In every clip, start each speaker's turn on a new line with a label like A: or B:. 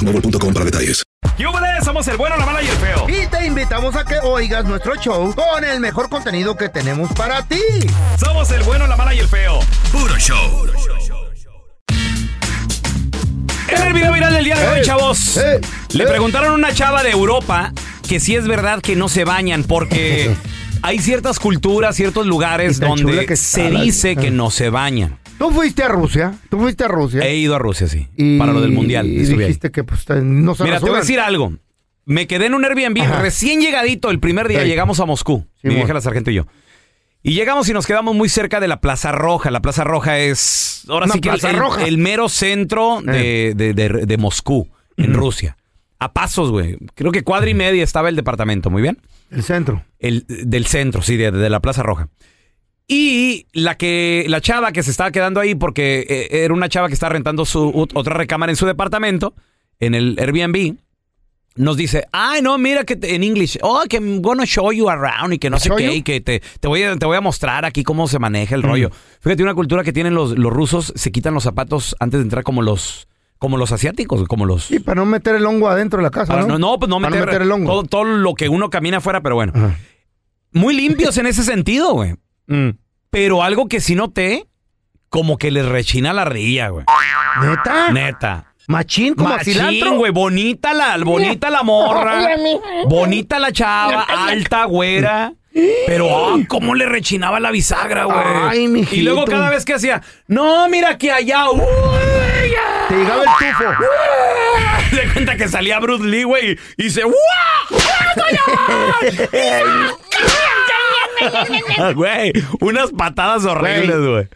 A: mobile.com para detalles.
B: ¡Yúbales! Somos el bueno, la mala y el feo.
C: Y te invitamos a que oigas nuestro show con el mejor contenido que tenemos para ti.
B: Somos el bueno, la mala y el feo.
A: Puro show.
B: En el video viral del día de hoy, chavos, le preguntaron a una chava de Europa que si es verdad que no se bañan porque hay ciertas culturas, ciertos lugares
C: Y tan chula
B: donde
C: que
B: se
C: está la-
B: dice que no se bañan.
C: Tú fuiste a Rusia, tú fuiste a Rusia.
B: He ido a Rusia, sí,
C: y,
B: para lo del mundial.
C: Y
B: estuve ahí.
C: dijiste que pues no se
B: Mira, te voy
C: rasuran.
B: a decir algo. Me quedé en un Airbnb recién llegadito el primer día.
C: Ey.
B: Llegamos a Moscú, mi
C: Simón.
B: vieja la sargento y yo. Y llegamos y nos quedamos muy cerca de la Plaza Roja. La Plaza Roja es ahora
C: Una
B: sí que el,
C: Plaza
B: el-
C: Roja.
B: el mero centro de, de- de- de Moscú, en Rusia. A pasos, güey. Creo que cuadra y media estaba el departamento, muy bien.
C: El centro.
B: El, del centro, sí, de, de la Plaza Roja. Y la que la chava que se estaba quedando ahí porque eh, era una chava que estaba rentando su ut- otra recámara en su departamento en el Airbnb nos dice, "Ay, no, mira que te- en inglés, oh, que I'm gonna show you around y que no sé
C: ¿Show
B: qué
C: you? Mm.
B: y que te, te voy a te voy a mostrar aquí cómo se maneja el rollo." Fíjate, una cultura que tienen los, los rusos se quitan los zapatos antes de entrar como los como los asiáticos, como los
C: Y para no meter el hongo adentro de la casa,
B: Ahora,
C: ¿no?
B: no, no, pues no
C: Para
B: meter,
C: el hongo.
B: Todo, todo lo que uno camina afuera, pero bueno.
C: Ajá.
B: Muy limpios en ese sentido, güey.
C: Mm.
B: Pero algo que sí noté, como que les rechina la ría, güey.
C: ¿Neta?
B: Neta.
C: Machín como a cilantro.
B: Machín, güey. Bonita la, bonita la morra. bonita la chava, alta, güera. Pero, ah, cómo le rechinaba la bisagra, güey.
C: Ay, mijito.
B: Y luego cada vez que hacía, no, mira que allá, uy, ya".
C: Te llegaba el tufo.
B: Se cuenta que salía Bruce Lee, güey, y se... ¡Guau! ¡Guau, Güey, unas patadas horribles, güey.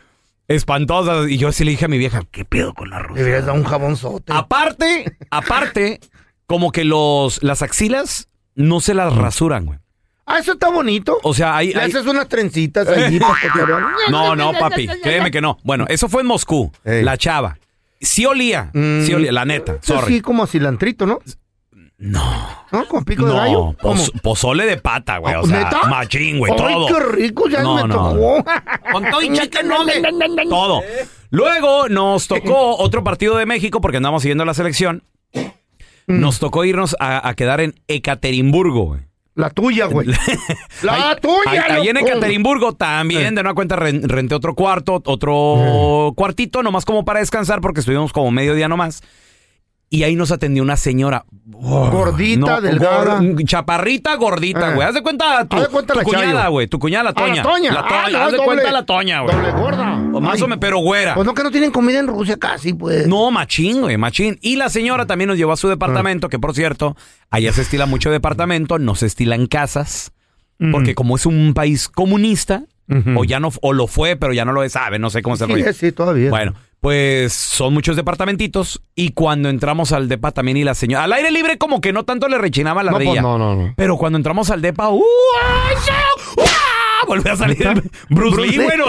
B: Espantosas. Y yo sí le dije a mi vieja, ¿qué pedo con la
C: Le
B: rusa?
C: hubieras dado un jabonzote.
B: Aparte, aparte, como que los, las axilas no se las rasuran, güey.
C: Ah, eso está bonito.
B: O sea, hay...
C: Le
B: hay-
C: haces unas trencitas allí para que te vean.
B: No, no, papi, créeme que no. Bueno, eso fue en Moscú,
C: Ey.
B: la chava. Sí olía, sí
C: Mm.
B: olía, la neta,
C: Eso
B: sorry.
C: sí, como a cilantrito, ¿no?
B: No,
C: ¿No? Con pico de gallo.
B: no,
C: ¿Cómo?
B: pos- pozole de pata, güey, o sea,
C: ¿Neta?
B: machín, güey,
C: Ay,
B: todo.
C: qué rico, ya
B: No,
C: me
B: no.
C: tocó.
B: Con todo y chicken nugget. Todo. Luego nos tocó otro partido de México porque andamos siguiendo la selección.
C: Mm.
B: Nos tocó irnos a, a quedar en Ekaterimburgo. güey.
C: La tuya, güey. La
B: Ahí- ahí-
C: tuya,
B: Ahí en
C: loco.
B: Ekaterimburgo también, de una cuenta, ren- renté otro cuarto, otro cuartito, nomás como para descansar porque estuvimos como medio día nomás. Y ahí nos atendió una señora. Oh,
C: Gordita, delgada.
B: gor- mm, chaparrita, gordita,
C: Eh.
B: güey. Haz de cuenta tu,
C: Haz de cuenta
B: tu
C: la
B: cuñada,
C: Chayo.
B: güey. Tu cuñada, la
C: Ah,
B: Toña.
C: la Toña.
B: La
C: Ah, no,
B: haz de
C: doble-
B: cuenta la Toña, güey.
C: Doble gorda.
B: O más
C: Ay,
B: o menos, pero güera.
C: Pues no que no tienen comida en Rusia casi, pues.
B: No, machín, güey, machín. Y la
C: Mm.
B: señora también nos llevó a su departamento, que por cierto, allá se estila mucho departamento, no se estilan casas,
C: Mm.
B: porque como es un país comunista, o ya no, o lo fue, pero ya no lo sabe, no sé cómo se
C: Sí, sí, todavía.
B: Bueno, pues son muchos departamentitos, y cuando entramos al depa también y la señora, al aire libre como que no tanto le rechinaba la
C: No, pues,
B: rilla.
C: no, no, no.
B: Pero cuando entramos al depa, ¡uh! ¡ay, sí! ¡Uh! Volvió a salir Bruce,
C: Bruce
B: Lee,
C: Lee.
B: bueno.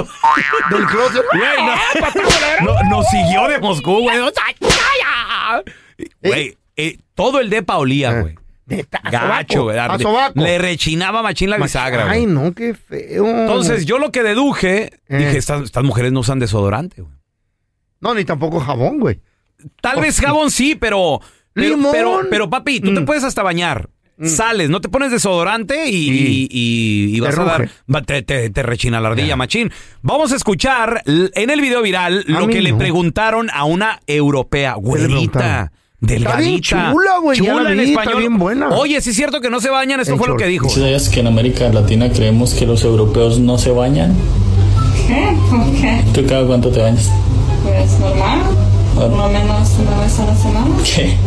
C: Del closet.
B: Güey, no. No, nos siguió de Moscú, güey. No, ay, ay, ay. Güey, eh, todo el depa olía, güey.
C: Neta, Eh. a
B: Gacho,
C: sobaco,
B: güey.
C: a sobaco.
B: Le rechinaba machín la bisagra,
C: Ay,
B: güey.
C: no, qué feo.
B: Entonces, yo lo que deduje,
C: Eh.
B: dije, estas, estas mujeres no usan desodorante, güey.
C: No, ni tampoco jabón, güey.
B: Tal vez jabón sí, pero. Pero,
C: Limón.
B: pero, pero, papi, tú te
C: Mm.
B: puedes hasta bañar. Sales, no te pones desodorante y,
C: Sí.
B: y- y- y
C: Te
B: vas a dar.
C: ruge. Eh.
B: va- Te, te- te rechina la ardilla, machín. Vamos a escuchar l- en el video viral
C: A
B: lo
C: mí
B: que le
C: no.
B: preguntaron a una europea,
C: preguntaron?
B: güerita.
C: Está bien
B: Delgadita.
C: chula, güey, ya la
B: Chula en
C: vi, está
B: español.
C: bien buena.
B: Oye, sí es cierto que no se bañan, esto
C: En
B: fue lo que
C: short.
B: dijo.
D: ¿Sabías que en América Latina creemos que los europeos no se bañan? ¿Tú cada cuánto te bañas?
E: Pues normal, por lo menos una vez a la semana.
D: ¿Qué?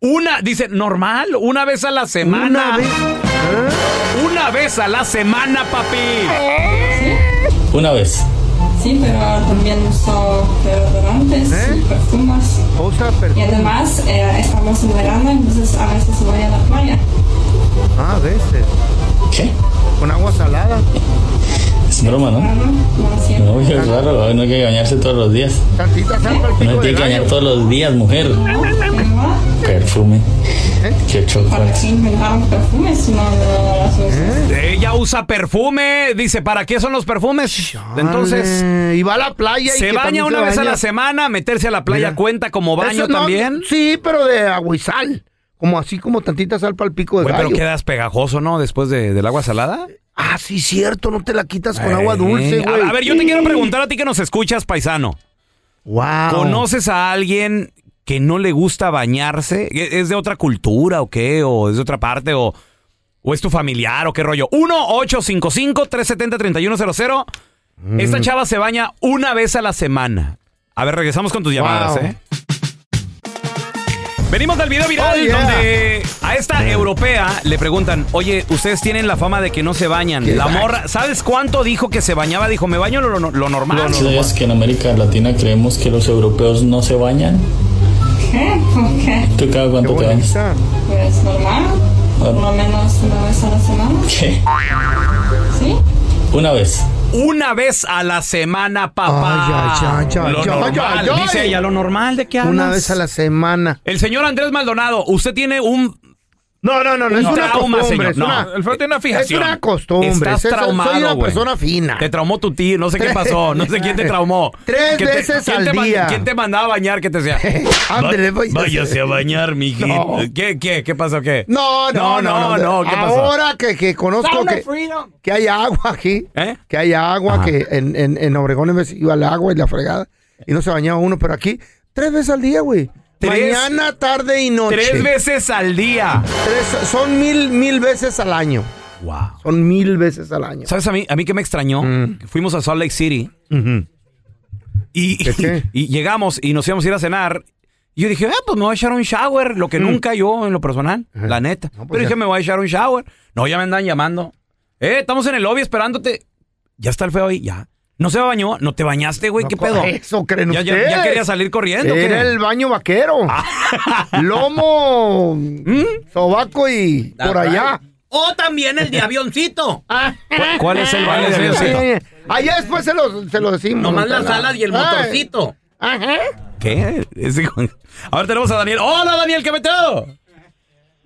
B: Una, dice, normal, una vez a la semana.
C: Una vez. ¿eh?
B: Una vez a la semana, papi.
C: Oh.
D: Una vez.
E: Sí, pero también uso deodorantes y perfumes.
C: O sea, pero-
E: Y además eh, estamos en verano, entonces a veces voy a la playa.
C: Ah, a veces.
D: ¿Qué?
C: Con agua salada.
D: Es broma,
E: Ah,
D: ¿no?
E: No, no siempre.
D: No, es raro, no hay que bañarse todos los días.
C: Tantita sal para el
D: No
C: pico
D: hay
C: de
D: que bañar
C: gallo.
D: todos los días, mujer.
E: ¿Verdad?
D: Perfume. Qué
E: ¿Para qué
D: chocolate.
E: inventaron perfumes si no no las usas?
B: Ella usa perfume, dice, ¿para qué son los perfumes? Entonces,
C: Dale, Y va a la playa y
B: se
C: que
B: baña
C: también
B: una
C: se
B: vez a
C: baña.
B: la semana, meterse a la playa
C: Mira.
B: cuenta como baño
C: Eso no-
B: también.
C: Sí, pero de agua y sal. Como así como tantita sal para el pico de
B: Güey, pero
C: gallo.
B: quedas pegajoso, ¿no? Después de- del agua salada.
C: Ah, sí, cierto, no te la quitas Pues con agua
B: Eh,
C: dulce,
B: a-
C: güey.
B: A ver, yo te quiero preguntar a ti que nos escuchas, paisano.
C: Wow.
B: ¿Conoces a alguien que no le gusta bañarse? ¿E- ¿Es de otra cultura o qué? ¿O es de otra parte? ¿O, o es tu familiar o qué rollo? 1-855-370-3100.
C: Mm.
B: Esta chava se baña una vez a la semana. A ver, regresamos con tus llamadas,
C: Wow.
B: ¿eh? Venimos del video viral
C: Oh, yeah.
B: donde a esta europea le preguntan, oye, ustedes tienen la fama de que no se bañan. La morra, ¿sabes cuánto dijo que se bañaba? Dijo, me baño lo, lo- lo normal.
D: ¿Sabías que en América Latina creemos que los europeos no se bañan?
E: ¿Qué? ¿Por qué?
D: ¿Tú cada cuánto te bañas?
C: Bonita.
E: Pues normal, por lo menos una vez a la semana.
D: ¿Qué?
E: ¿Sí?
D: Una vez.
B: Una vez a la semana, papá.
C: Ay, ay, ay, ay,
B: lo
C: ay,
B: normal.
C: ay, ay.
B: Dice ella, lo normal de que hablas.
C: Una vez a la semana.
B: El señor Andrés Maldonado, usted tiene un
C: No, no, no, no, es
B: Un
C: una
B: trauma,
C: costumbre.
B: señor.
C: Es
B: No,
C: una,
B: el Fred tiene una fijación.
C: Es una costumbre. es-
B: Estás
C: es-
B: traumado,
C: Soy una
B: güey.
C: persona fina.
B: Te traumó tu tío, no sé qué pasó, no sé quién te traumó.
C: Tres
B: Que
C: veces
B: ¿quién
C: al
B: te man-
C: día.
B: ¿Quién te mandaba a bañar que te decía?
C: Ándale,
B: "Va-
C: váyase".
B: váyase a bañar, mijito.
C: No.
B: ¿Qué, qué, qué pasó, qué?
C: No, no, no, no. Ah.
B: ¿qué pasó?
C: Ahora que, que conozco
B: Sound of
C: que, que hay agua aquí,
B: ¿Eh?
C: que hay agua,
B: Ajá.
C: que en, en, en Obregón en vez iba el agua y la fregada y no se bañaba uno, pero aquí tres veces al día, güey.
B: Tres-
C: Mañana, tarde y noche.
B: Tres veces al día.
C: Tres- son mil, mil veces al año.
B: Wow.
C: Son mil veces al año.
B: ¿Sabes a mí, a mí que me extrañó?
C: Mm.
B: Que Fuimos a Salt Lake City y,
C: ¿Qué, qué?
B: y llegamos y nos íbamos a ir a cenar. Y yo dije, ah, pues me voy a echar un shower, lo que nunca yo en lo personal, la neta.
C: Mm. No, pues
B: Pero
C: ya.
B: dije, me voy a echar un shower. No, ya me andan llamando. Eh, estamos en el lobby esperándote. Ya está el feo ahí, ya. No se bañó, no te bañaste, güey,
C: No,
B: ¿qué pedo?
C: Eso creen
B: ya, ya- ya
C: ustedes.
B: quería salir corriendo. ¿qué? Ah.
C: Era el baño vaquero. Lomo,
B: ¿Mm?
C: sobaco y
B: Ah,
C: por allá.
B: right. O también el de avioncito. ¿Cuál- cuál es el baño de
C: Ay, ay,
B: avioncito?
C: ay. Allá después se lo, se lo decimos. Ay. Ajá.
B: ¿Qué? Ese con- Ahora tenemos a Daniel. ¡Hola, Daniel! ¿Qué metido?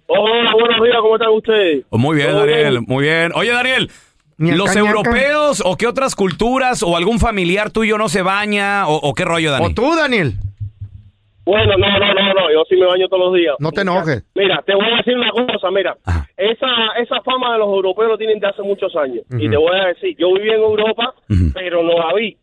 D: Hola, buenos días, ¿cómo están ustedes?
B: Oh, Muy bien,
D: Todo
B: Daniel.
D: bien.
B: Muy bien. Oye, Daniel.
C: Ñaca,
B: ¿Los
C: ñaca.
B: europeos o qué otras culturas o algún familiar tuyo no se baña o, o qué rollo, Dani?
C: O tú, Daniel.
D: Bueno, no, no, no, no, yo sí me baño todos los días.
C: No te enojes.
D: Mira, te voy a decir una cosa, mira,
B: Ajá.
D: esa, esa fama de los europeos lo tienen de hace muchos años. Y te voy a decir, yo viví en Europa,
B: Ujú.
D: pero no la vi.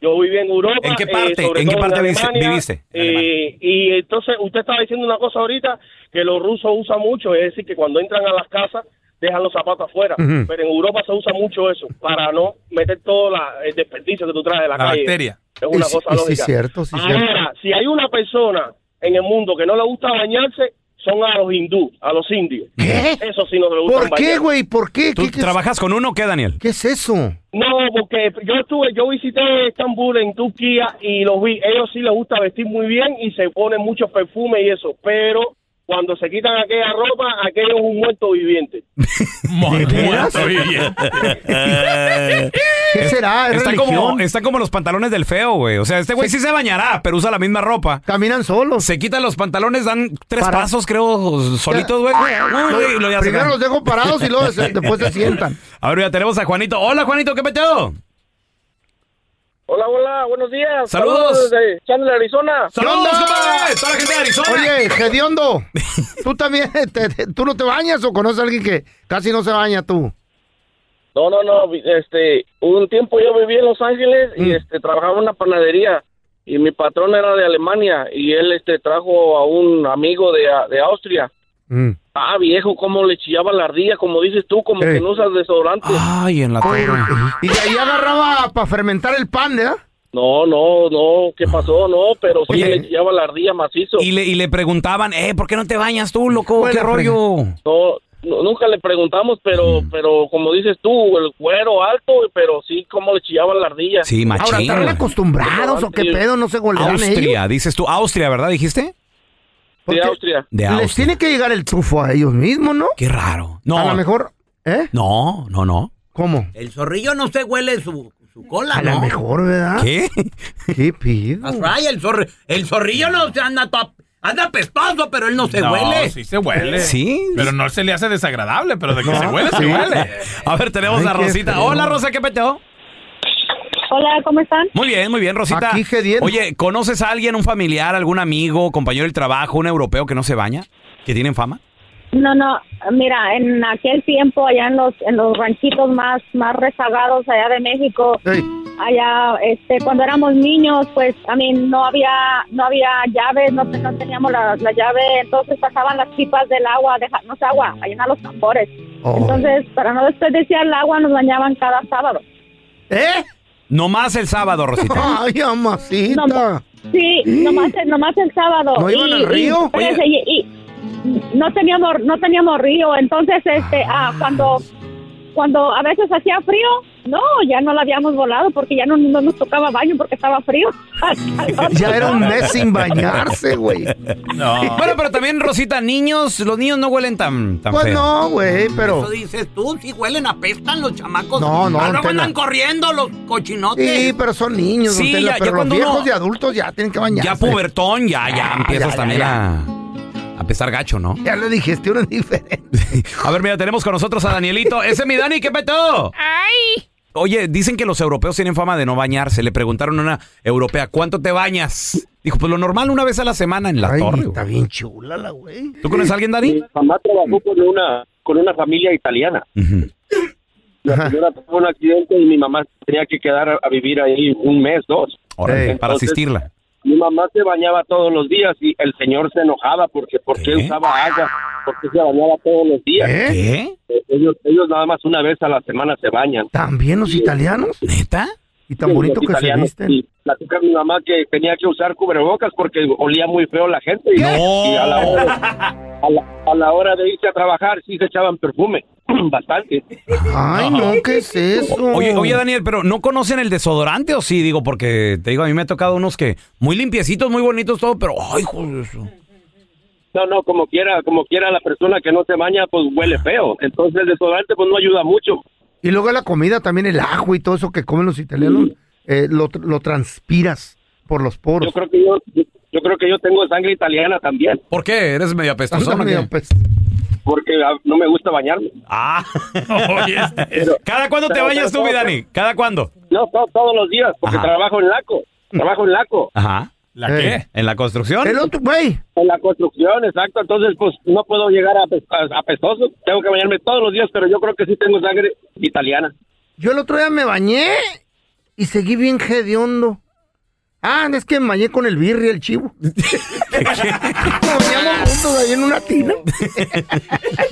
D: Yo viví en Europa.
B: ¿En qué
D: eh,
B: parte?
D: sobre
B: ¿En qué
D: todo
B: parte viviste-
D: Alemania,
B: viviste? En
D: eh,
B: Alemania.
D: y entonces usted estaba diciendo una cosa ahorita que los rusos usan mucho, es decir, que cuando entran a las casas dejan los zapatos afuera.
C: Ujú.
D: Pero en Europa se usa mucho eso, para no meter todo la, el desperdicio que tú traes de la,
B: La
D: calle.
B: bacteria.
D: Es una
C: Y sí-
D: cosa
C: y sí,
D: lógica. Ah,
C: cierto, sí, cierto.
D: Ahora, si hay una persona en el mundo que no le gusta bañarse, son a los hindú, a los indios.
C: ¿Qué?
D: Eso sí no le gusta
C: ¿Por qué, güey? ¿Por qué?
B: ¿Tú
C: ¿Qué, qué es-
B: trabajas con uno o qué, Daniel?
C: qué es eso?
D: No, porque yo estuve, yo visité Estambul en Turquía y los vi. Ellos sí les gusta vestir muy bien y se ponen muchos perfumes y eso, pero cuando se quitan aquella ropa, aquello es un muerto viviente.
B: Muerto viviente.
C: ¿Qué será? ¿Es
B: Está
C: religión?
B: como, está como los pantalones del feo, güey. O sea, este güey sí se bañará, pero usa la misma ropa.
C: Caminan solos.
B: Se quitan los pantalones, dan tres
C: Para-
B: pasos, creo, solitos, güey. Uy, lo ya se
C: Primero
B: caen.
C: los dejo parados y luego se- después se sientan.
B: A ver, ya tenemos a Juanito. Hola, Juanito, ¿qué peteo?
D: Hola, hola, buenos días.
B: Saludos.
D: desde Chandler, Arizona.
B: Saludos, compadre. Toda la gente de Arizona.
C: Oye, Gediondo, ¿tú también te- te- tú no te bañas o conoces a alguien que casi no se baña tú?
D: No, no, no, este, un tiempo yo viví en Los Ángeles y
B: Mm.
D: este trabajaba en una panadería y mi patrón era de Alemania y él este trajo a un amigo de, de Austria.
B: Mm.
D: Ah, viejo, cómo le chillaba la ardilla, como dices tú, como
C: Eh.
D: que no usas desodorante.
B: Ay, en la torre.
C: Y de ahí agarraba para fermentar el pan, ¿verdad?
D: No, no, no, ¿qué pasó? No, pero sí
B: Oye.
D: le chillaba la ardilla macizo.
B: Y le, y le preguntaban, eh, ¿por qué no te bañas tú, loco? ¿Qué
D: Bueno,
B: rollo? Mm.
D: No, no, nunca le preguntamos, pero pero como dices tú, el cuero alto, pero sí, cómo le chillaba la ardilla.
B: Sí, machín.
C: Ahora, ¿estarán
B: güey.
C: acostumbrados o qué pedo? ¿No se golpean ellos?
B: Austria, dices tú. Austria, ¿verdad? ¿Dijiste?
D: De Austria.
B: De
C: Les
B: Austria.
C: tiene que llegar el tufo a ellos mismos, ¿no?
B: Qué raro. No.
C: A lo mejor, ¿eh?
B: No, no, no.
C: ¿Cómo?
F: El zorrillo no se huele su, su cola,
C: A lo
F: ¿no?
C: mejor, ¿verdad?
B: ¿Qué?
C: ¿Qué pido?
F: That's right, el, zorri- el zorrillo no se anda top, anda pestoso, pero él no se
G: No,
F: huele.
G: sí se huele.
B: Sí.
G: Pero no se le hace desagradable, pero de que
B: No,
G: se huele,
B: sí.
G: se huele.
B: A ver, tenemos
G: Ay,
B: a
G: qué
B: Rosita.
G: feo.
B: Hola, Rosa, ¿qué peteo?
H: Hola, ¿cómo están?
B: Muy bien, muy bien, Rosita.
C: Aquí, Gediel.
B: Oye, ¿conoces a alguien, un familiar, algún amigo, compañero del trabajo, un europeo que no se baña? ¿Que tienen fama?
H: No, no, mira, en aquel tiempo allá en los en los ranchitos más más rezagados allá de México, allá este cuando éramos niños, pues a mí no había no había llaves, no, te- no teníamos la, la llave, entonces pasaban las pipas del agua, dejarnos agua, a llenar los tambores.
B: Oh.
H: Entonces, para no desperdiciar el agua nos bañaban cada sábado.
C: ¿Eh?
B: Nomás el sábado, Rosita.
C: Ay, amacita.
H: Sí, nomás, nomás el sábado.
C: ¿No iban al río?
H: Y, espérense, y- y no teníamos, no teníamos río, entonces este, ah, cuando, cuando a veces hacía frío, no, ya no la habíamos volado porque ya no, no nos tocaba baño porque estaba frío.
C: Ya era un mes sin bañarse, güey.
B: No. Bueno, pero también, Rosita, niños, los niños no huelen tan, tan
C: Pues
B: feo.
C: no, güey, pero...
F: Eso dices tú, si huelen, apestan los chamacos.
C: No, no,
F: Ah, luego
C: Tela.
F: andan corriendo los cochinotes.
C: Sí, pero son niños, don
F: Sí,
C: Tela,
F: ya- ya
C: pero los
F: cuando
C: viejos
F: uno-
C: y adultos ya tienen que bañarse. Ah,
B: Ya pubertón, ya, ya empiezas
C: ya,
B: también
C: ya.
B: a... A pesar gacho, ¿no?
C: Ya la digestión es diferente.
B: A ver, mira, tenemos con nosotros a Danielito. Ese es mi Dani, ¿qué peteo?
I: ¡Ay!
B: Oye, dicen que los europeos tienen fama de no bañarse. Le preguntaron a una europea, ¿cuánto te bañas? Dijo, pues lo normal una vez a la semana en la torre. Está
C: bien chula la güey.
B: ¿Tú conoces a alguien, Dani?
J: Mi mamá trabajó con una, con una familia italiana. La señora tuvo un accidente y mi mamá tenía que quedar a, a vivir ahí un mes, dos.
B: Órale,
J: Entonces,
B: para asistirla.
J: Mi mamá se bañaba todos los días y el señor se enojaba porque ¿por qué usaba agua? ¿Por qué se bañaba todos los días? Eh,
B: ¿Qué?
J: Ellos, ellos nada más una vez a la semana se bañan.
C: ¿También los italianos?
B: ¿Neta?
C: Y tan
J: Sí,
C: bonito
J: los
C: que se
J: italianos.
C: visten.
J: Y platica mi mamá que tenía que usar cubrebocas porque olía muy feo la gente. Y, y a, la hora, a, la, a la hora de irse a trabajar sí se echaban perfume, bastante.
C: Ay, no, ¿qué es eso?
B: Oye, oye, Daniel, pero ¿no conocen el desodorante o sí? Digo, porque te digo, a mí me ha tocado unos que muy limpiecitos, muy bonitos, todo, pero ay, joder, eso.
J: No, no, como quiera, como quiera la persona que no se baña pues huele feo. Entonces el desodorante pues no ayuda mucho.
C: Y luego la comida también, el ajo y todo eso que comen los italianos, eh, lo, tr- lo transpiras por los poros.
J: Yo creo que yo, yo creo que yo tengo sangre italiana también.
B: ¿Por qué? ¿Eres medio apestoso?
C: Ándale, pues.
J: Porque ah, no me gusta bañarme.
B: Ah, ¿Cada cuándo te
J: Pero-
B: bañas tú,
J: pero-
B: mi Dani? ¿Cada cuándo?
J: No, to- todos los días, porque
B: Ajá.
J: trabajo en Laco. Trabajo en Laco.
B: Ajá. ¿La
J: qué?
B: ¿En la construcción?
J: En la construcción, exacto. Entonces, pues no puedo llegar a, apes- a- apestoso. Tengo que bañarme todos los días, pero yo creo que sí tengo sangre italiana.
C: Yo el otro día me bañé y seguí bien hediondo. Ah, es que me bañé con el birri y el chivo. Nos bañamos juntos ahí en una tina.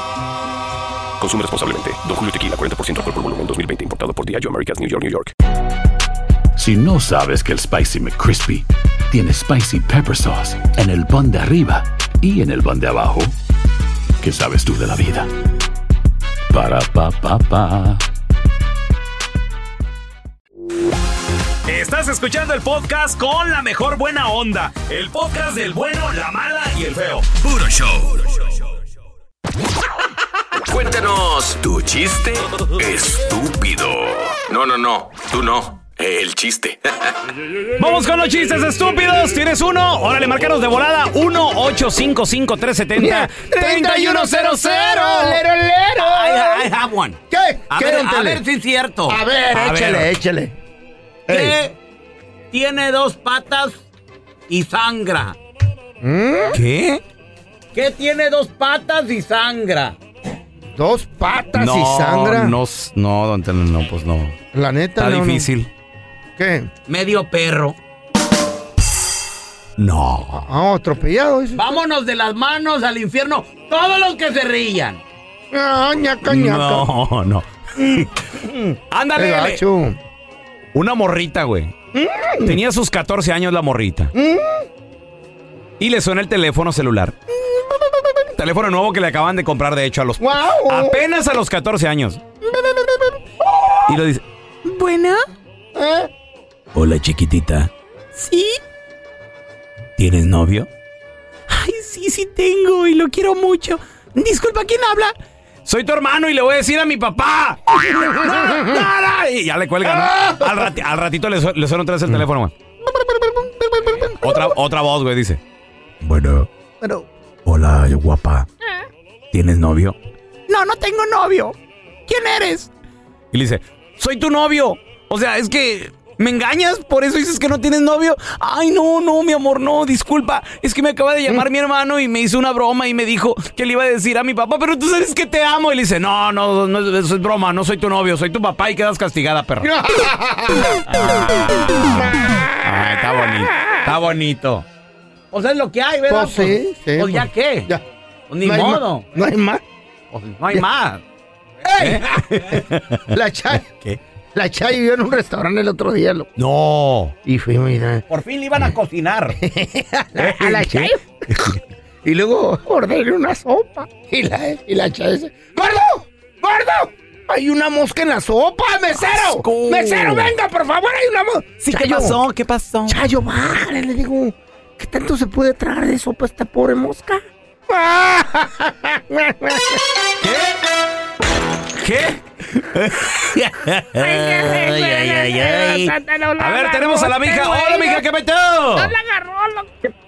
K: Consume responsablemente. Don Julio Tequila 40% alcohol por volumen 2020 importado por Diageo Americas New York, New York.
I: Si no sabes que el Spicy McCrispy tiene Spicy Pepper Sauce en el pan de arriba y en el pan de abajo, ¿qué sabes tú de la vida? Para, pa, pa, pa.
L: Estás escuchando el podcast con la mejor buena onda. El podcast del bueno, la mala y el feo. Puro show.
M: Cuéntanos tu chiste estúpido. No, no, no, tú no. El chiste.
B: Vamos con los chistes estúpidos. ¿Tienes uno? Órale, marcaros de volada. 1-855-370-3100.
C: Lero, lero.
F: I, I have one.
C: ¿Qué?
F: A
C: ¿Qué,
F: ver,
C: don
F: a
C: Tele?
F: ver si es cierto.
C: A ver,
F: A
C: échale,
F: ver.
C: échale.
F: ¿Qué tiene dos patas y sangra?
C: ¿Mm?
B: ¿Qué?
F: ¿Qué tiene dos patas y sangra?
C: ¿Dos patas y sangra?
B: No, no, don Tele, no, pues no.
C: La neta,
B: Está
C: no, no.
B: difícil.
C: ¿Qué?
F: Medio perro.
B: No.
C: Ah, atropellado. dice.
F: Vámonos de las manos al infierno todos los que se rillan.
C: Ah, ñaca, ñaca.
B: No, no. Ándale.
C: Qué
B: dale.
C: gacho.
B: Una morrita, güey. Tenía sus 14 años la morrita. Y le suena el teléfono celular. Teléfono nuevo que le acaban de comprar, de hecho, a los. Apenas a los 14 años. Y lo dice:
N: ¿Buena?
C: ¿Eh?
B: Hola, chiquitita.
N: ¿Sí?
B: ¿Tienes novio?
N: Ay, sí, sí tengo y lo quiero mucho. Disculpa, ¿quién habla?
B: Soy tu hermano y le voy a decir a mi papá. ¡No, no, no! Y ya le cuelgan. ¿no? Al, rati- al ratito le, su- le suena otra vez el teléfono, güey. Otra, otra voz, güey, dice. Bueno.
N: Bueno.
B: Hola, guapa. ¿Tienes novio?
N: No, no tengo novio. ¿Quién eres?
B: Y le dice, soy tu novio. O sea, es que me engañas, por eso dices que no tienes novio. Ay, no, no, mi amor, no, disculpa. Es que me acaba de llamar mi hermano y me hizo una broma y me dijo que le iba a decir a mi papá, pero tú sabes que te amo. Y le dice, no, no, no, eso es broma, no soy tu novio, soy tu papá y quedas castigada, perro. Ay, Ah, está bonito, está bonito.
F: O sea, es lo que hay, ¿verdad?
C: Pues sí, sí,
F: Pues ya
C: pues,
F: qué. Pues ni
C: No hay
F: modo.
C: ma- No hay más.
B: Pues,
F: no hay más.
C: ¿Eh? La Chay.
B: ¿Qué?
C: La Chay vivió en un restaurante el otro día. loco.
B: No.
C: Y fui, mira.
F: Por fin le iban a cocinar.
C: A la Chay. y luego ordené una sopa. Y la, y la Chay dice: ¡Gordo! ¡Gordo! Hay una mosca en la sopa, mesero.
F: Asco.
C: Mesero, venga, por favor, hay una mosca. Chayo,
B: ¿Qué pasó?
C: Chayo, bájale, le digo. ¿Qué tanto se puede tragar de sopa esta pobre mosca?
B: ¿Qué? Ay, ay, ay, ay. A ver, tenemos a la mija. Hola, mija, ¿qué metió?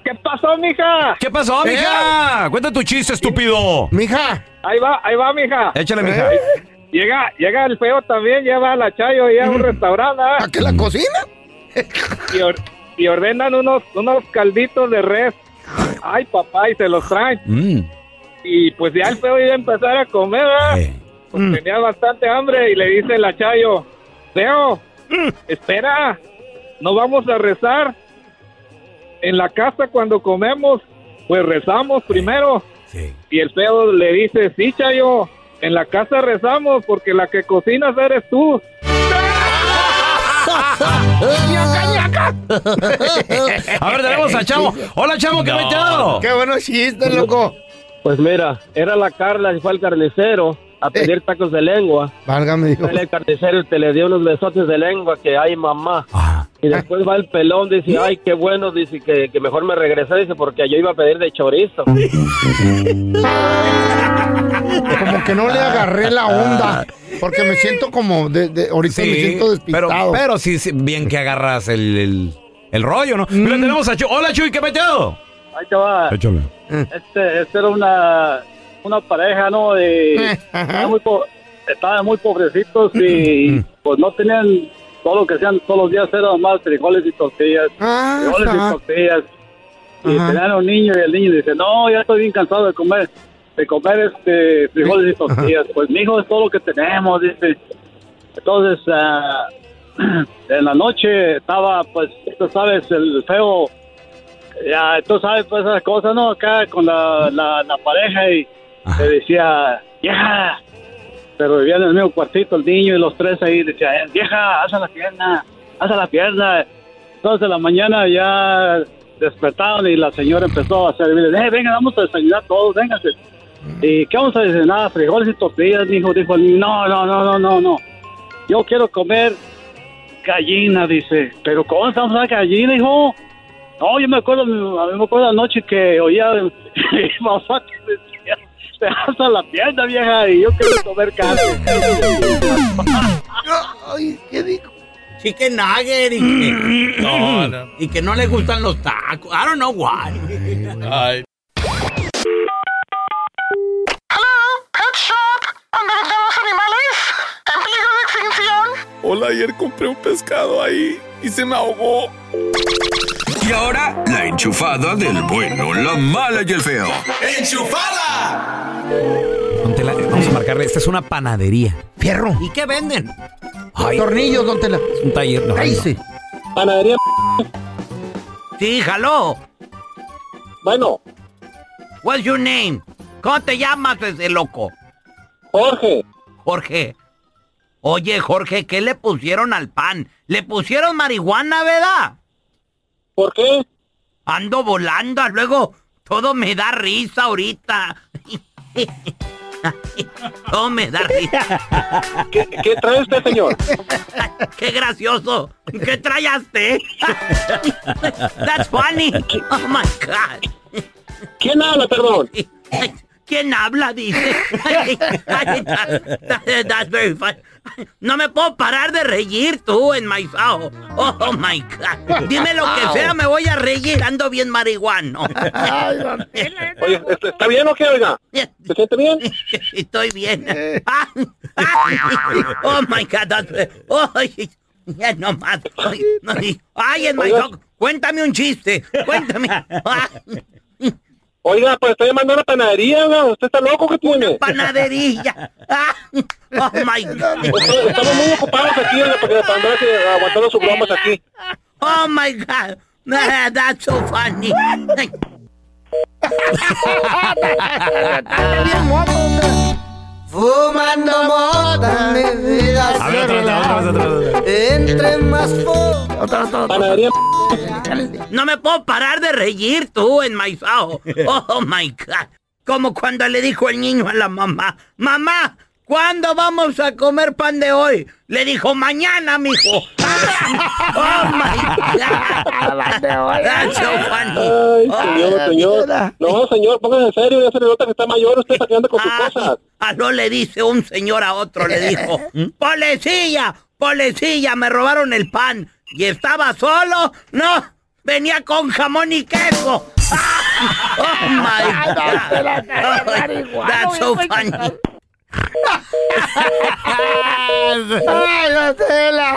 O: ¿Qué pasó, mija? ¿Eh?
B: ¿Qué pasó, mija? Cuenta tu chiste, estúpido.
C: Mija.
O: Ahí va, ahí va, mija.
B: Échale, mija.
O: ¿Eh? Llega, llega el feo también, lleva a la Chayo y a
B: Mm.
O: un restaurante. ¿A
C: qué la cocina?
O: Y, or- y ordenan unos, unos calditos de res. Ay, papá, y se los traen.
F: Mm.
O: Y pues ya el feo iba a empezar a comer, ¿verdad? Pues
B: Mm.
O: tenía bastante hambre y le dice la Chayo, Feo,
B: Mm.
O: espera, no vamos a rezar. En la casa cuando comemos, pues rezamos primero. Y el feo le dice, sí, Chayo, en la casa rezamos porque la que cocinas eres tú.
B: A ver, tenemos a Chavo. Hola, Ah, Chavo, ¿qué
O: No.
B: metió?
C: Qué bueno chiste, loco.
O: Pues mira, era la Carla y fue al carnicero
C: Eh.
O: a pedir tacos de lengua.
C: Válgame Dios.
O: Sale el carnicero y te le dio unos besotes de lengua que hay mamá. Y después va el pelón, dice, ay, qué bueno, dice que, que mejor me regresé, dice, porque yo iba a pedir de chorizo.
C: Como que no le agarré la onda. Porque me siento como. De, de- ahorita me siento
B: pero,
C: despistado.
B: pero sí, sí, bien que agarras el, el, el rollo, ¿no?
O: Mm.
B: Mira, tenemos a Chuy. Hola, Chuy, ¿qué metió?
O: Ahí te va.
C: Eh.
O: Este, este era una, una pareja, ¿no? De, estaban, muy po- estaban muy pobrecitos y pues no tenían
P: todo que sean todos los días eran más frijoles y tortillas. frijoles
C: Ah, ajá.
P: y tortillas. Y
C: Ajá.
P: tenían un niño y el niño dice, no, ya estoy bien cansado de comer, de comer este frijoles y tortillas. Pues mi hijo es todo lo que tenemos, dice. Entonces, ah, en la noche estaba, pues, tú sabes, el feo, ya, tú sabes, pues, esas cosas, ¿no? Acá con la, la, la pareja y le decía, vieja, pero vivían en el mismo cuartito el niño y los tres ahí, decía, vieja, haz a la pierna, haz a la pierna. Entonces, de la mañana ya despertaron y la señora empezó a hacer, eh, venga, vamos a desayunar todos, véngase. ¿Y Eh, qué vamos a desayunar? Frijoles y tortillas, dijo, dijo, el niño, no, no, no, no, no, no. Yo quiero comer gallina, dice. ¿Pero cómo estamos a gallina, hijo? No, yo me acuerdo, a mí me acuerdo anoche que oía mi papá que decía, te vas a la pierna, vieja, y yo quiero comer carne.
C: Ay, ¿qué dijo?
F: Chicken nugget y que, no, no. y que no le gustan los tacos. I don't know why. Ay.
Q: Hello, Pet Shop, donde vendemos animales en peligro de extinción.
L: Hola, ayer compré un pescado ahí y se me ahogó.
M: Y ahora, la enchufada del bueno, la mala y el feo.
B: Don Tela, vamos a marcarle. Esta es una panadería.
C: Fierro.
F: ¿Y qué venden?
C: Tornillos, don Tela.
B: Es un taller. No,
C: Ahí
B: no.
C: sí.
J: Panadería.
F: Sí, jaló.
J: Bueno.
F: What's your name? ¿Cómo te llamas, ese loco?
J: Jorge.
F: Jorge. Oye, Jorge, ¿qué le pusieron al pan? ¿Le pusieron marihuana, verdad?
J: ¿Por qué?
F: Ando volando, luego todo me da risa ahorita. todo me da risa.
J: ¿Qué, qué trae usted, señor?
F: ¡Qué gracioso! ¿Qué trayaste? That's funny. Oh my God.
J: ¿Quién habla, perdón?
F: ¿Quién habla? Dice. That- That's very funny. No me puedo parar de reír tú en Maizao. Oh my God. Dime lo que sea, me voy a reír. Ando bien marihuano.
J: Oye, ¿est- ¿está bien o qué, oiga?
F: ¿Se
J: siente bien?
F: Estoy bien. Ah, ah, oh my God. that's- Oh, ya no más. Ay, no, sí. Ay, en
J: Oiga.
F: Maizao, cuéntame un chiste. Cuéntame. Ah,
J: Oiga, pues estoy llamando a una panadería, oiga. ¿Usted está loco que tiene?
F: panadería. Ah, oh my
J: Estamos-
F: God.
J: Estamos muy ocupados aquí, oiga, porque para andar eh, aguantando sus bromas aquí.
F: Oh my God. Ah, That's so funny.
R: Fumando mota, mi vida
L: A ver,
R: se
L: otra, otra, otra, otra, otra.
R: Entre más fuma.
F: No me puedo parar de reír tú en Maizao. Oh my God. Como cuando le dijo el niño a la mamá, mamá, ¿cuándo vamos a comer pan de hoy? Le dijo, mañana, mijo. oh my God. That's so funny.
J: Ay, señor, señor. No, señor, póngase en serio, ya se le nota que está mayor usted está quedando con sus cosas.
F: Aló Ah, le dice un señor a otro, le dijo, "Mm, ¡Policía! ¡Policía! Me robaron el pan. ¿Y estaba solo? No, venía con jamón y queso. ¡Ah! ¡Oh, my God! Oh, that's so funny.
C: ¡Ay, don Tela!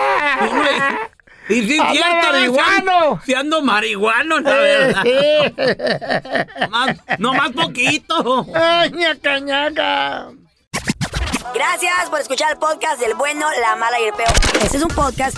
F: Y si
C: Habla marihuano.
F: Si ando marihuano, la verdad. Más- no más poquito.
C: ¡Ay, ñaca, ñaca!
S: Gracias por escuchar el podcast del bueno, la mala y el peor. Este es un podcast